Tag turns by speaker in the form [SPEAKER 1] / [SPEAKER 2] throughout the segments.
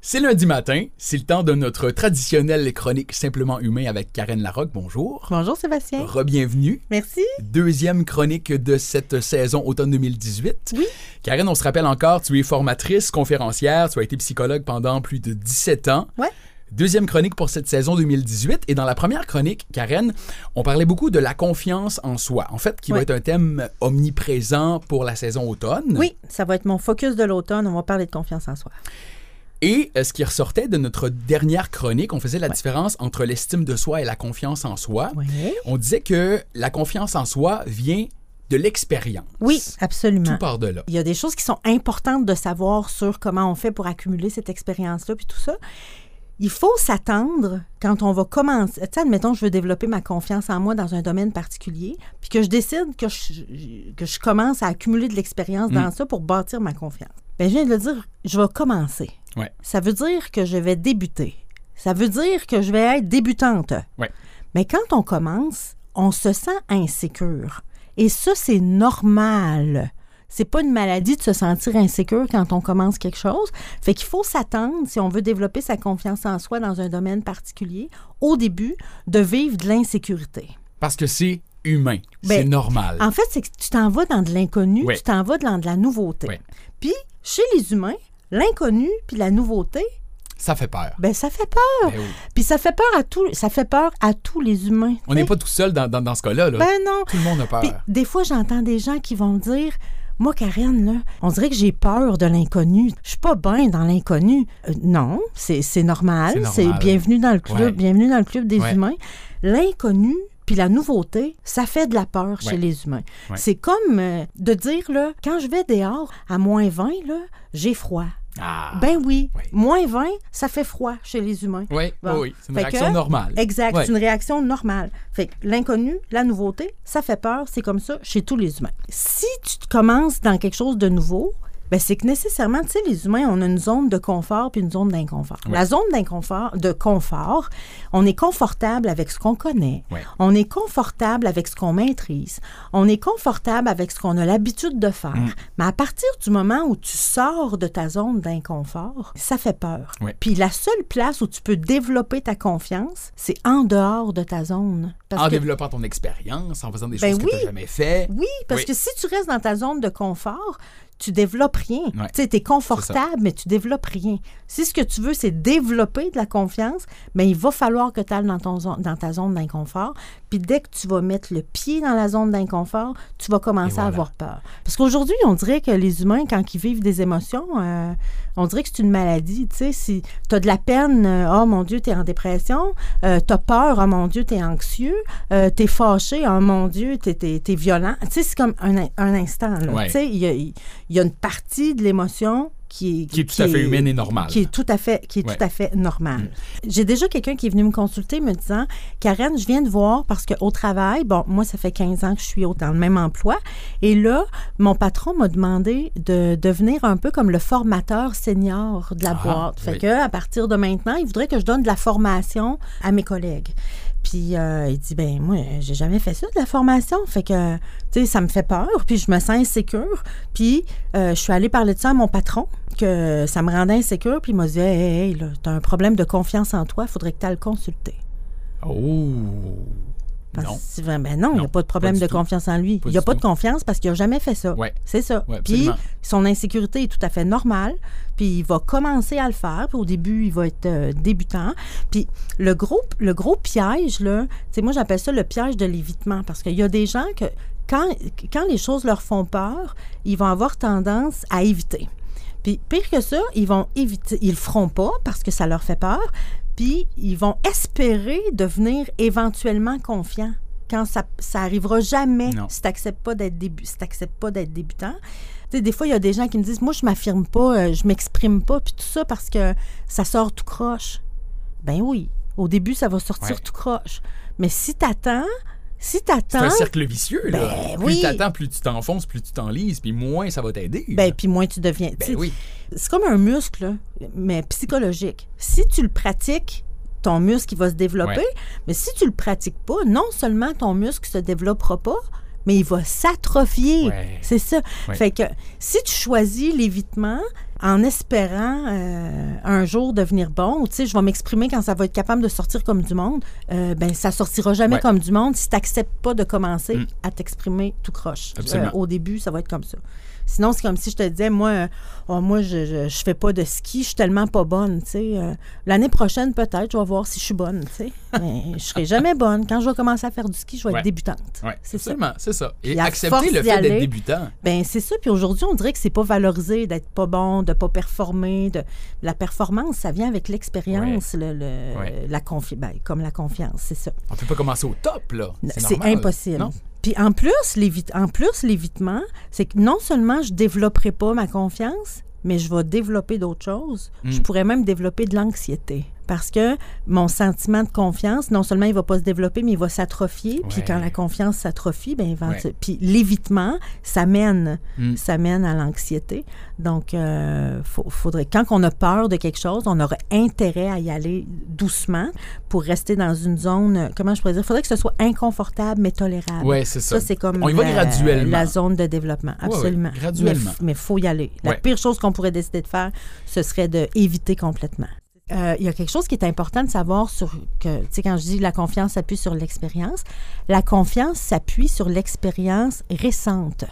[SPEAKER 1] C'est lundi matin, c'est le temps de notre traditionnelle chronique Simplement Humain avec Karen Larocque. Bonjour.
[SPEAKER 2] Bonjour Sébastien.
[SPEAKER 1] Rebienvenue.
[SPEAKER 2] Merci.
[SPEAKER 1] Deuxième chronique de cette saison automne 2018.
[SPEAKER 2] Oui.
[SPEAKER 1] Karen, on se rappelle encore, tu es formatrice, conférencière, tu as été psychologue pendant plus de 17 ans.
[SPEAKER 2] Ouais.
[SPEAKER 1] Deuxième chronique pour cette saison 2018. Et dans la première chronique, Karen, on parlait beaucoup de la confiance en soi. En fait, qui va
[SPEAKER 2] Oui.
[SPEAKER 1] être un thème omniprésent pour la saison automne.
[SPEAKER 2] Oui, ça va être mon focus de l'automne. On va parler de confiance en soi.
[SPEAKER 1] Et euh, ce qui ressortait de notre dernière chronique, on faisait la
[SPEAKER 2] Ouais.
[SPEAKER 1] différence entre l'estime de soi et la confiance en soi.
[SPEAKER 2] Oui.
[SPEAKER 1] On disait que la confiance en soi vient de l'expérience.
[SPEAKER 2] Oui,
[SPEAKER 1] Tout
[SPEAKER 2] absolument.
[SPEAKER 1] part de là.
[SPEAKER 2] Il y a des choses qui sont importantes de savoir sur comment on fait pour accumuler cette expérience-là, puis tout ça. Il faut s'attendre quand on va commencer. Tu sais, admettons, je veux développer ma confiance en moi dans un domaine particulier, puis que je décide que je, que je commence à accumuler de l'expérience
[SPEAKER 1] Mm.
[SPEAKER 2] dans ça pour bâtir ma confiance. Bien, je viens de le dire, je vais commencer.
[SPEAKER 1] Ouais.
[SPEAKER 2] Ça veut dire que je vais débuter. Ça veut dire que je vais être débutante.
[SPEAKER 1] Ouais.
[SPEAKER 2] Mais quand on commence, on se sent insécure. Et ça, c'est normal. C'est pas une maladie de se sentir insécure quand on commence quelque chose. Fait qu'il faut s'attendre, si on veut développer sa confiance en soi dans un domaine particulier, au début, de vivre de l'insécurité.
[SPEAKER 1] Parce que c'est humain.
[SPEAKER 2] Ben,
[SPEAKER 1] c'est normal.
[SPEAKER 2] En fait, c'est que tu t'en vas dans de l'inconnu,
[SPEAKER 1] Oui.
[SPEAKER 2] tu t'en vas dans de la nouveauté.
[SPEAKER 1] Oui.
[SPEAKER 2] Puis, chez les humains, l'inconnu puis la nouveauté,
[SPEAKER 1] Ça fait peur.
[SPEAKER 2] ben ça fait peur.
[SPEAKER 1] Ben oui.
[SPEAKER 2] Puis ça fait peur à tous, ça fait peur à tous les humains.
[SPEAKER 1] On n'est pas tout seul dans, dans- dans ce cas-là. là.
[SPEAKER 2] Ben non.
[SPEAKER 1] tout le monde a
[SPEAKER 2] Puis,
[SPEAKER 1] peur.
[SPEAKER 2] des fois, j'entends des gens qui vont me dire Moi, Karine, là, on dirait que j'ai peur de l'inconnu. Je suis pas bien dans l'inconnu. Euh, non, c'est c'est
[SPEAKER 1] C'est
[SPEAKER 2] normal.
[SPEAKER 1] normal.
[SPEAKER 2] C'est bienvenue dans le club,
[SPEAKER 1] Ouais.
[SPEAKER 2] bienvenue dans le club des
[SPEAKER 1] Ouais.
[SPEAKER 2] humains. L'inconnu. Puis la nouveauté, ça fait de la peur
[SPEAKER 1] Ouais.
[SPEAKER 2] chez les humains.
[SPEAKER 1] Ouais.
[SPEAKER 2] C'est comme euh, de dire, là, quand je vais dehors à moins 20, là, j'ai froid.
[SPEAKER 1] Ah.
[SPEAKER 2] Ben oui,
[SPEAKER 1] Ouais.
[SPEAKER 2] moins 20, ça fait froid chez les humains.
[SPEAKER 1] oui,
[SPEAKER 2] Bon.
[SPEAKER 1] oui, c'est une
[SPEAKER 2] Fait
[SPEAKER 1] réaction
[SPEAKER 2] que-
[SPEAKER 1] normale.
[SPEAKER 2] Exact,
[SPEAKER 1] Ouais.
[SPEAKER 2] c'est une réaction normale. Fait que l'inconnu, la nouveauté, ça fait peur, c'est comme ça chez tous les humains. Si tu te commences dans quelque chose de nouveau, ben c'est que nécessairement, tu sais, les humains, on a une zone de confort puis une zone d'inconfort.
[SPEAKER 1] Ouais.
[SPEAKER 2] La zone d'inconfort, de confort, on est confortable avec ce qu'on connaît.
[SPEAKER 1] Ouais.
[SPEAKER 2] On est confortable avec ce qu'on maîtrise. On est confortable avec ce qu'on a l'habitude de faire.
[SPEAKER 1] Mm.
[SPEAKER 2] Mais à partir du moment où tu sors de ta zone d'inconfort, ça fait peur.
[SPEAKER 1] Ouais.
[SPEAKER 2] Puis la seule place où tu peux développer ta confiance, c'est en dehors de ta zone. Parce
[SPEAKER 1] En
[SPEAKER 2] que-
[SPEAKER 1] développant ton expérience, en faisant des
[SPEAKER 2] Ben
[SPEAKER 1] choses que
[SPEAKER 2] oui.
[SPEAKER 1] tu n'as jamais fait.
[SPEAKER 2] oui, parce
[SPEAKER 1] Oui.
[SPEAKER 2] que si tu restes dans ta zone de confort, tu développes rien.
[SPEAKER 1] Ouais.
[SPEAKER 2] Tu sais, es confortable, mais tu développes rien. Si ce que tu veux, c'est développer de la confiance, mais il va falloir que tu ailles dans, ton zone- dans ta zone d'inconfort. Puis dès que tu vas mettre le pied dans la zone d'inconfort, tu vas commencer
[SPEAKER 1] Et voilà.
[SPEAKER 2] à avoir peur. Parce qu'aujourd'hui, on dirait que les humains, quand ils vivent des émotions, euh, on dirait que c'est une maladie. Tu sais, si tu as de la peine, euh, oh mon Dieu, tu es en dépression, euh, tu as peur, oh mon Dieu, tu es anxieux, euh, tu es fâché, oh mon Dieu, tu es, violent. Tu sais, c'est comme un, in- un instant. là.
[SPEAKER 1] Ouais.
[SPEAKER 2] Tu sais, il y a, il y a une partie de l'émotion qui est,
[SPEAKER 1] Qui est tout à fait humaine et normale.
[SPEAKER 2] Qui est tout à fait, qui est
[SPEAKER 1] Ouais. Mm.
[SPEAKER 2] tout à fait normale. J'ai déjà quelqu'un qui est venu me consulter me disant Karen, je viens de voir parce qu'au travail, bon, moi, ça fait 15 ans que je suis au- dans le même emploi. Et là, mon patron m'a demandé de devenir un peu comme le formateur senior de la
[SPEAKER 1] Ah,
[SPEAKER 2] boîte. Fait
[SPEAKER 1] oui.
[SPEAKER 2] que à partir de maintenant, il voudrait que je donne de la formation à mes collègues. Puis euh, il dit ben moi j'ai jamais fait ça de la formation, fait que tu sais ça me fait peur, puis je me sens insécure. Puis euh, je suis allée parler de ça à mon patron que ça me rendait insécure, puis il m'a dit hey, hey, hey, là, t'as un problème de confiance en toi, faudrait que tu le consulter.
[SPEAKER 1] Oh.
[SPEAKER 2] Parce
[SPEAKER 1] Non.
[SPEAKER 2] que, ben non, il n'y
[SPEAKER 1] Non,
[SPEAKER 2] a pas de problème
[SPEAKER 1] pas du
[SPEAKER 2] de
[SPEAKER 1] tout.
[SPEAKER 2] confiance en lui.
[SPEAKER 1] Pas
[SPEAKER 2] il n'y a
[SPEAKER 1] du
[SPEAKER 2] pas
[SPEAKER 1] tout.
[SPEAKER 2] de confiance parce qu'il n'a jamais fait ça.
[SPEAKER 1] Ouais.
[SPEAKER 2] C'est ça.
[SPEAKER 1] Ouais,
[SPEAKER 2] puis
[SPEAKER 1] absolument.
[SPEAKER 2] son insécurité est tout à fait normale. Puis il va commencer à le faire. Puis au début, il va être euh, débutant. Puis le gros, le gros piège, là, tu sais, moi j'appelle ça le piège de l'évitement parce qu'il y a des gens que quand, quand les choses leur font peur, ils vont avoir tendance à éviter. Puis pire que ça, ils vont éviter, ils le feront pas parce que ça leur fait peur, puis ils vont espérer devenir éventuellement confiants quand ça, ça arrivera jamais
[SPEAKER 1] Non.
[SPEAKER 2] si t'acceptes pas d'être débu- si t'acceptes pas d'être débutant. Tu sais, des fois, il y a des gens qui me disent, moi, je m'affirme pas, euh, je m'exprime pas, puis tout ça parce que ça sort tout croche. Ben oui, au début, ça va sortir
[SPEAKER 1] Ouais.
[SPEAKER 2] tout croche. Mais si t'attends, si
[SPEAKER 1] C'est
[SPEAKER 2] t'attends,
[SPEAKER 1] un cercle vicieux, là.
[SPEAKER 2] Hein? Ben
[SPEAKER 1] plus
[SPEAKER 2] oui.
[SPEAKER 1] t'attends, plus tu t'enfonces, plus tu t'enlises, puis moins ça va t'aider.
[SPEAKER 2] ben puis moins tu deviens. tu sais,
[SPEAKER 1] Ben oui.
[SPEAKER 2] C'est comme un muscle, là, mais psychologique. Si tu le pratiques, ton muscle il va se développer,
[SPEAKER 1] Ouais.
[SPEAKER 2] mais si tu le pratiques pas, non seulement ton muscle se développera pas, mais il va s'atrophier.
[SPEAKER 1] Ouais.
[SPEAKER 2] C'est ça.
[SPEAKER 1] Ouais.
[SPEAKER 2] Fait que si tu choisis l'évitement, en espérant euh, un jour devenir bon, ou tu sais, je vais m'exprimer quand ça va être capable de sortir comme du monde, euh, ben ça sortira jamais
[SPEAKER 1] Ouais.
[SPEAKER 2] comme du monde si tu n'acceptes pas de commencer
[SPEAKER 1] Mm.
[SPEAKER 2] à t'exprimer tout croche. Euh,
[SPEAKER 1] Absolument.
[SPEAKER 2] au début, ça va être comme ça. Sinon, c'est comme si je te disais, moi, euh, oh, moi je, je, je fais pas de ski, je suis tellement pas bonne, tu sais. euh, L'année prochaine, peut-être, je vais voir si je suis bonne, tu sais. Mais je serai jamais bonne. Quand je vais commencer à faire du ski, je vais
[SPEAKER 1] Ouais.
[SPEAKER 2] être débutante.
[SPEAKER 1] Ouais,
[SPEAKER 2] C'est ça.
[SPEAKER 1] absolument, c'est ça. Et
[SPEAKER 2] Puis à
[SPEAKER 1] accepter
[SPEAKER 2] force
[SPEAKER 1] le
[SPEAKER 2] d'y
[SPEAKER 1] fait d'être
[SPEAKER 2] aller-
[SPEAKER 1] débutant.
[SPEAKER 2] Ben c'est ça. Puis aujourd'hui, on dirait que c'est pas valorisé d'être pas bon, de pas performer. De... La performance, ça vient avec l'expérience, le, le-
[SPEAKER 1] Ouais.
[SPEAKER 2] la confi... ben, comme la confiance, c'est ça.
[SPEAKER 1] On peut pas commencer au top, là.
[SPEAKER 2] C'est
[SPEAKER 1] normal.
[SPEAKER 2] impossible.
[SPEAKER 1] Non.
[SPEAKER 2] Puis en plus, l'évit- en plus, l'évitement, c'est que non seulement je développerai pas ma confiance, mais je vais développer d'autres choses. Je
[SPEAKER 1] Mm.
[SPEAKER 2] pourrais même développer de l'anxiété. Parce que mon sentiment de confiance, non seulement il va pas se développer, mais il va s'atrophier. Puis
[SPEAKER 1] Ouais.
[SPEAKER 2] quand la confiance s'atrophie, ben, éventu-
[SPEAKER 1] Ouais.
[SPEAKER 2] puis l'évitement, ça mène,
[SPEAKER 1] Mm.
[SPEAKER 2] ça mène à l'anxiété. Donc, euh, faut- faudrait quand on a peur de quelque chose, on aurait intérêt à y aller doucement pour rester dans une zone. euh, Comment je pourrais dire Faudrait que ce soit inconfortable mais tolérable.
[SPEAKER 1] Ouais, c'est ça.
[SPEAKER 2] Ah ben, Ça, c'est comme
[SPEAKER 1] On y va
[SPEAKER 2] la,
[SPEAKER 1] graduellement.
[SPEAKER 2] la zone de développement.
[SPEAKER 1] Ouais, ouais,
[SPEAKER 2] Absolument.
[SPEAKER 1] graduellement.
[SPEAKER 2] Mais f- Mais il faut y aller. La
[SPEAKER 1] Ouais.
[SPEAKER 2] pire chose qu'on pourrait décider de faire, ce serait d'éviter complètement. Euh, Il y a quelque chose qui est important de savoir sur que, tu sais, quand je dis la confiance s'appuie sur l'expérience, la confiance s'appuie sur l'expérience récente.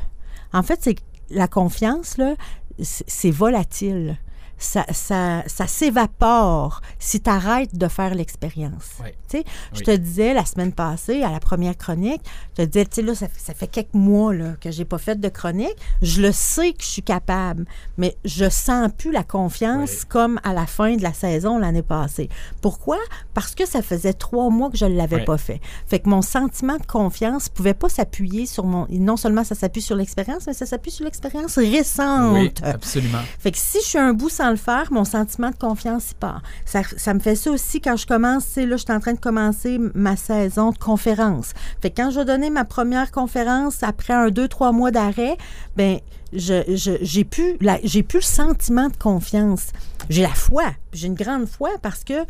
[SPEAKER 2] En fait, c'est que la confiance, là, c'est c'est volatile. Ça, ça, ça s'évapore si tu arrêtes de faire l'expérience.
[SPEAKER 1] Ouais.
[SPEAKER 2] Tu sais, Je
[SPEAKER 1] Oui.
[SPEAKER 2] te disais la semaine passée, à la première chronique, je te disais, tu sais, là, ça, fait- ça fait quelques mois là, que j'ai pas fait de chronique. Je le sais que je suis capable, mais je sens plus la confiance
[SPEAKER 1] Oui.
[SPEAKER 2] comme à la fin de la saison l'année passée. Pourquoi? Parce que ça faisait trois mois que je ne l'avais
[SPEAKER 1] Oui.
[SPEAKER 2] pas fait. Fait que mon sentiment de confiance pouvait pas s'appuyer sur mon... Non seulement ça s'appuie sur l'expérience, mais ça s'appuie sur l'expérience récente.
[SPEAKER 1] Oui, absolument.
[SPEAKER 2] Fait que si je suis un bout sans le faire, mon sentiment de confiance y part. Ça, ça me fait ça aussi quand je commence, tu sais, là, je suis en train de commencer ma saison de conférence. Fait que quand je vais donner ma première conférence après un, deux, trois mois d'arrêt, ben je, je- j'ai plus la- j'ai plus le sentiment de confiance. J'ai la foi. J'ai une grande foi parce que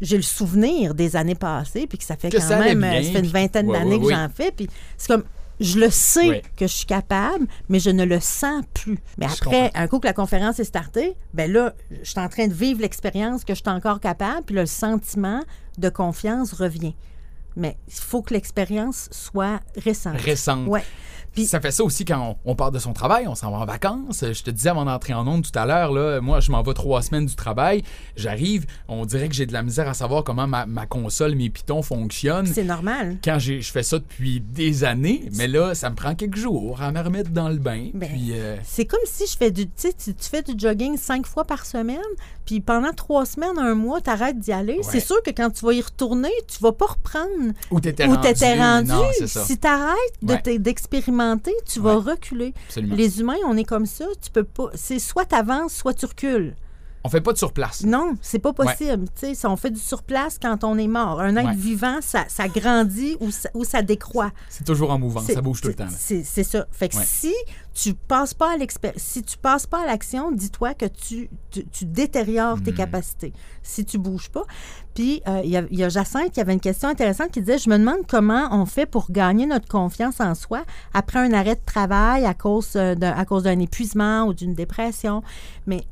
[SPEAKER 2] j'ai le souvenir des années passées, puis que ça fait
[SPEAKER 1] Que
[SPEAKER 2] quand
[SPEAKER 1] ça allait
[SPEAKER 2] même, euh,
[SPEAKER 1] bien,
[SPEAKER 2] ça fait une
[SPEAKER 1] puis-
[SPEAKER 2] vingtaine
[SPEAKER 1] Ouais,
[SPEAKER 2] d'années
[SPEAKER 1] ouais,
[SPEAKER 2] que
[SPEAKER 1] oui.
[SPEAKER 2] j'en fais, puis c'est comme, je le sais
[SPEAKER 1] Ouais.
[SPEAKER 2] que je suis capable, mais je ne le sens plus. Mais
[SPEAKER 1] Je
[SPEAKER 2] après, un coup que la conférence est startée, ben là, je suis en train de vivre l'expérience que je suis encore capable, puis là, le sentiment de confiance revient. Mais il faut que l'expérience soit récente.
[SPEAKER 1] Récente.
[SPEAKER 2] Ouais. Puis-
[SPEAKER 1] ça fait ça aussi quand on, on part de son travail, on s'en va en vacances. Je te disais avant d'entrer en onde tout à l'heure, là, moi, je m'en vais trois semaines du travail. J'arrive, on dirait que j'ai de la misère à savoir comment ma, ma console, mes pitons fonctionnent.
[SPEAKER 2] C'est normal.
[SPEAKER 1] Quand j'ai- je fais ça depuis des années, mais là, ça me prend quelques jours à me remettre dans le bain.
[SPEAKER 2] Ben,
[SPEAKER 1] puis, euh,
[SPEAKER 2] C'est comme si je fais du, tu sais, tu, tu fais du jogging cinq fois par semaine, puis pendant trois semaines, un mois, t'arrêtes d'y aller. C'est sûr que quand tu vas y retourner, tu vas pas reprendre
[SPEAKER 1] où t'étais
[SPEAKER 2] où
[SPEAKER 1] rendu.
[SPEAKER 2] t'étais rendu.
[SPEAKER 1] Non, c'est ça,
[SPEAKER 2] si t'arrêtes de
[SPEAKER 1] Ouais.
[SPEAKER 2] t'e- d'expérimenter, tu vas reculer.
[SPEAKER 1] absolument.
[SPEAKER 2] Les humains, on est comme ça. Tu peux pas. C'est soit t'avances, soit tu recules.
[SPEAKER 1] On fait pas de surplace.
[SPEAKER 2] Non, c'est pas possible. Tu sais, si on fait du surplace quand on est mort. Un être
[SPEAKER 1] Ouais.
[SPEAKER 2] vivant, ça, ça grandit ou ça, ou ça décroît.
[SPEAKER 1] C'est toujours en mouvement,
[SPEAKER 2] C'est-
[SPEAKER 1] ça bouge tout le temps. là.
[SPEAKER 2] C'est c'est ça. Fait que
[SPEAKER 1] Ouais.
[SPEAKER 2] si tu passes pas à l'expé- si tu passes pas à l'action, dis-toi que tu, tu, tu détériores tes
[SPEAKER 1] Hmm.
[SPEAKER 2] capacités si tu bouges pas. Puis euh, il y, a- il y a Jacinthe qui avait une question intéressante qui disait je me demande comment on fait pour gagner notre confiance en soi après un arrêt de travail à cause euh, d'un à cause d'un épuisement ou d'une dépression. Mais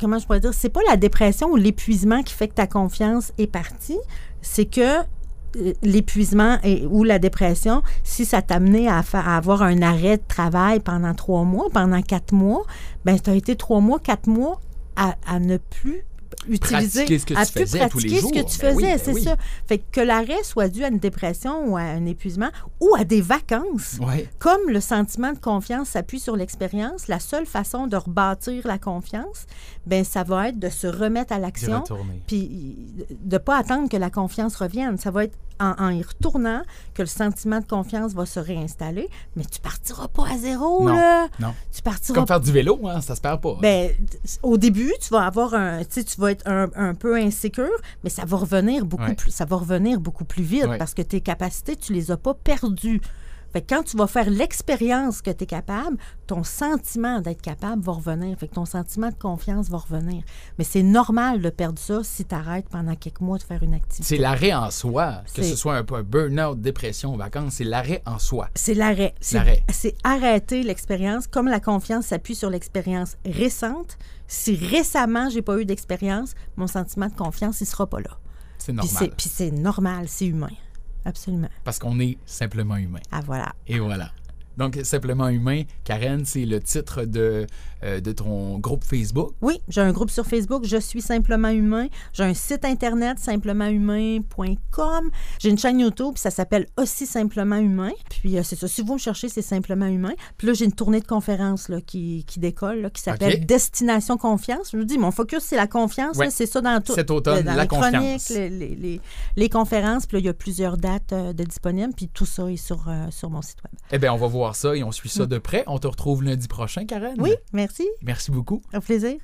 [SPEAKER 2] comment je pourrais dire, c'est pas la dépression ou l'épuisement qui fait que ta confiance est partie, c'est que euh, l'épuisement et- ou la dépression, si ça t'amenait à, fa- à avoir un arrêt de travail pendant trois mois, pendant quatre mois, ben tu as été trois mois, quatre mois à, à ne plus utiliser,
[SPEAKER 1] Pratiquer ce que
[SPEAKER 2] à
[SPEAKER 1] tu
[SPEAKER 2] plus
[SPEAKER 1] faisais tous les
[SPEAKER 2] pratiquer ce
[SPEAKER 1] jours.
[SPEAKER 2] que tu
[SPEAKER 1] Ben oui,
[SPEAKER 2] faisais,
[SPEAKER 1] ben
[SPEAKER 2] c'est
[SPEAKER 1] oui.
[SPEAKER 2] ça. Fait que, que l'arrêt soit dû à une dépression ou à un épuisement ou à des vacances.
[SPEAKER 1] Ouais.
[SPEAKER 2] Comme le sentiment de confiance s'appuie sur l'expérience, la seule façon de rebâtir la confiance, ben ça va être de se remettre à
[SPEAKER 1] D'y
[SPEAKER 2] l'action,
[SPEAKER 1] retourner.
[SPEAKER 2] puis de pas attendre que la confiance revienne. Ça va être en, en y retournant que le sentiment de confiance va se réinstaller, mais tu partiras pas à zéro
[SPEAKER 1] Non,
[SPEAKER 2] là.
[SPEAKER 1] non.
[SPEAKER 2] Tu
[SPEAKER 1] C'est
[SPEAKER 2] partiras
[SPEAKER 1] comme faire du vélo, hein, ça se perd pas.
[SPEAKER 2] ben, t- au début, tu vas avoir un, tu sais, tu vas être un, un peu insécure, mais ça va revenir beaucoup
[SPEAKER 1] Ouais.
[SPEAKER 2] plus, ça va revenir beaucoup plus vite
[SPEAKER 1] Ouais.
[SPEAKER 2] parce que tes capacités, tu les as pas perdues. Fait que quand tu vas faire l'expérience que tu es capable, ton sentiment d'être capable va revenir. Fait que ton sentiment de confiance va revenir. Mais c'est normal de perdre ça si tu arrêtes pendant quelques mois de faire une activité.
[SPEAKER 1] C'est l'arrêt en soi, que
[SPEAKER 2] C'est-
[SPEAKER 1] ce soit un peu burn-out, dépression, vacances, c'est l'arrêt en soi.
[SPEAKER 2] C'est l'arrêt. C'est-
[SPEAKER 1] L'arrêt.
[SPEAKER 2] C'est arrêter l'expérience. Comme la confiance s'appuie sur l'expérience récente, si récemment j'ai pas eu d'expérience, mon sentiment de confiance, il sera pas là.
[SPEAKER 1] C'est
[SPEAKER 2] Puis c'est-
[SPEAKER 1] normal.
[SPEAKER 2] Puis c'est normal, c'est humain. Absolument.
[SPEAKER 1] Parce qu'on est simplement humain.
[SPEAKER 2] Ah voilà.
[SPEAKER 1] Et voilà. Donc, simplement humain, Karen, c'est le titre de, euh, de ton groupe Facebook.
[SPEAKER 2] Oui, j'ai un groupe sur Facebook, Je suis simplement humain. J'ai un site internet, simplementhumain.com. J'ai une chaîne YouTube, ça s'appelle aussi Simplement Humain. Puis euh, c'est ça, si vous me cherchez, c'est Simplement Humain. Puis là, j'ai une tournée de conférences là, qui, qui décolle, là, qui s'appelle
[SPEAKER 1] OK.
[SPEAKER 2] Destination Confiance. Je vous dis, mon focus, c'est la confiance,
[SPEAKER 1] Ouais.
[SPEAKER 2] là, c'est ça dans tout.
[SPEAKER 1] Cet automne,
[SPEAKER 2] dans
[SPEAKER 1] la
[SPEAKER 2] les
[SPEAKER 1] confiance.
[SPEAKER 2] chroniques, les, les- les- les conférences. Puis là, il y a plusieurs dates euh, de disponibles. Puis tout ça est sur, euh, sur mon site web.
[SPEAKER 1] Eh bien, on va voir ça et on suit ça de près. On te retrouve lundi prochain, Karen.
[SPEAKER 2] Oui, merci.
[SPEAKER 1] Merci beaucoup.
[SPEAKER 2] Au plaisir.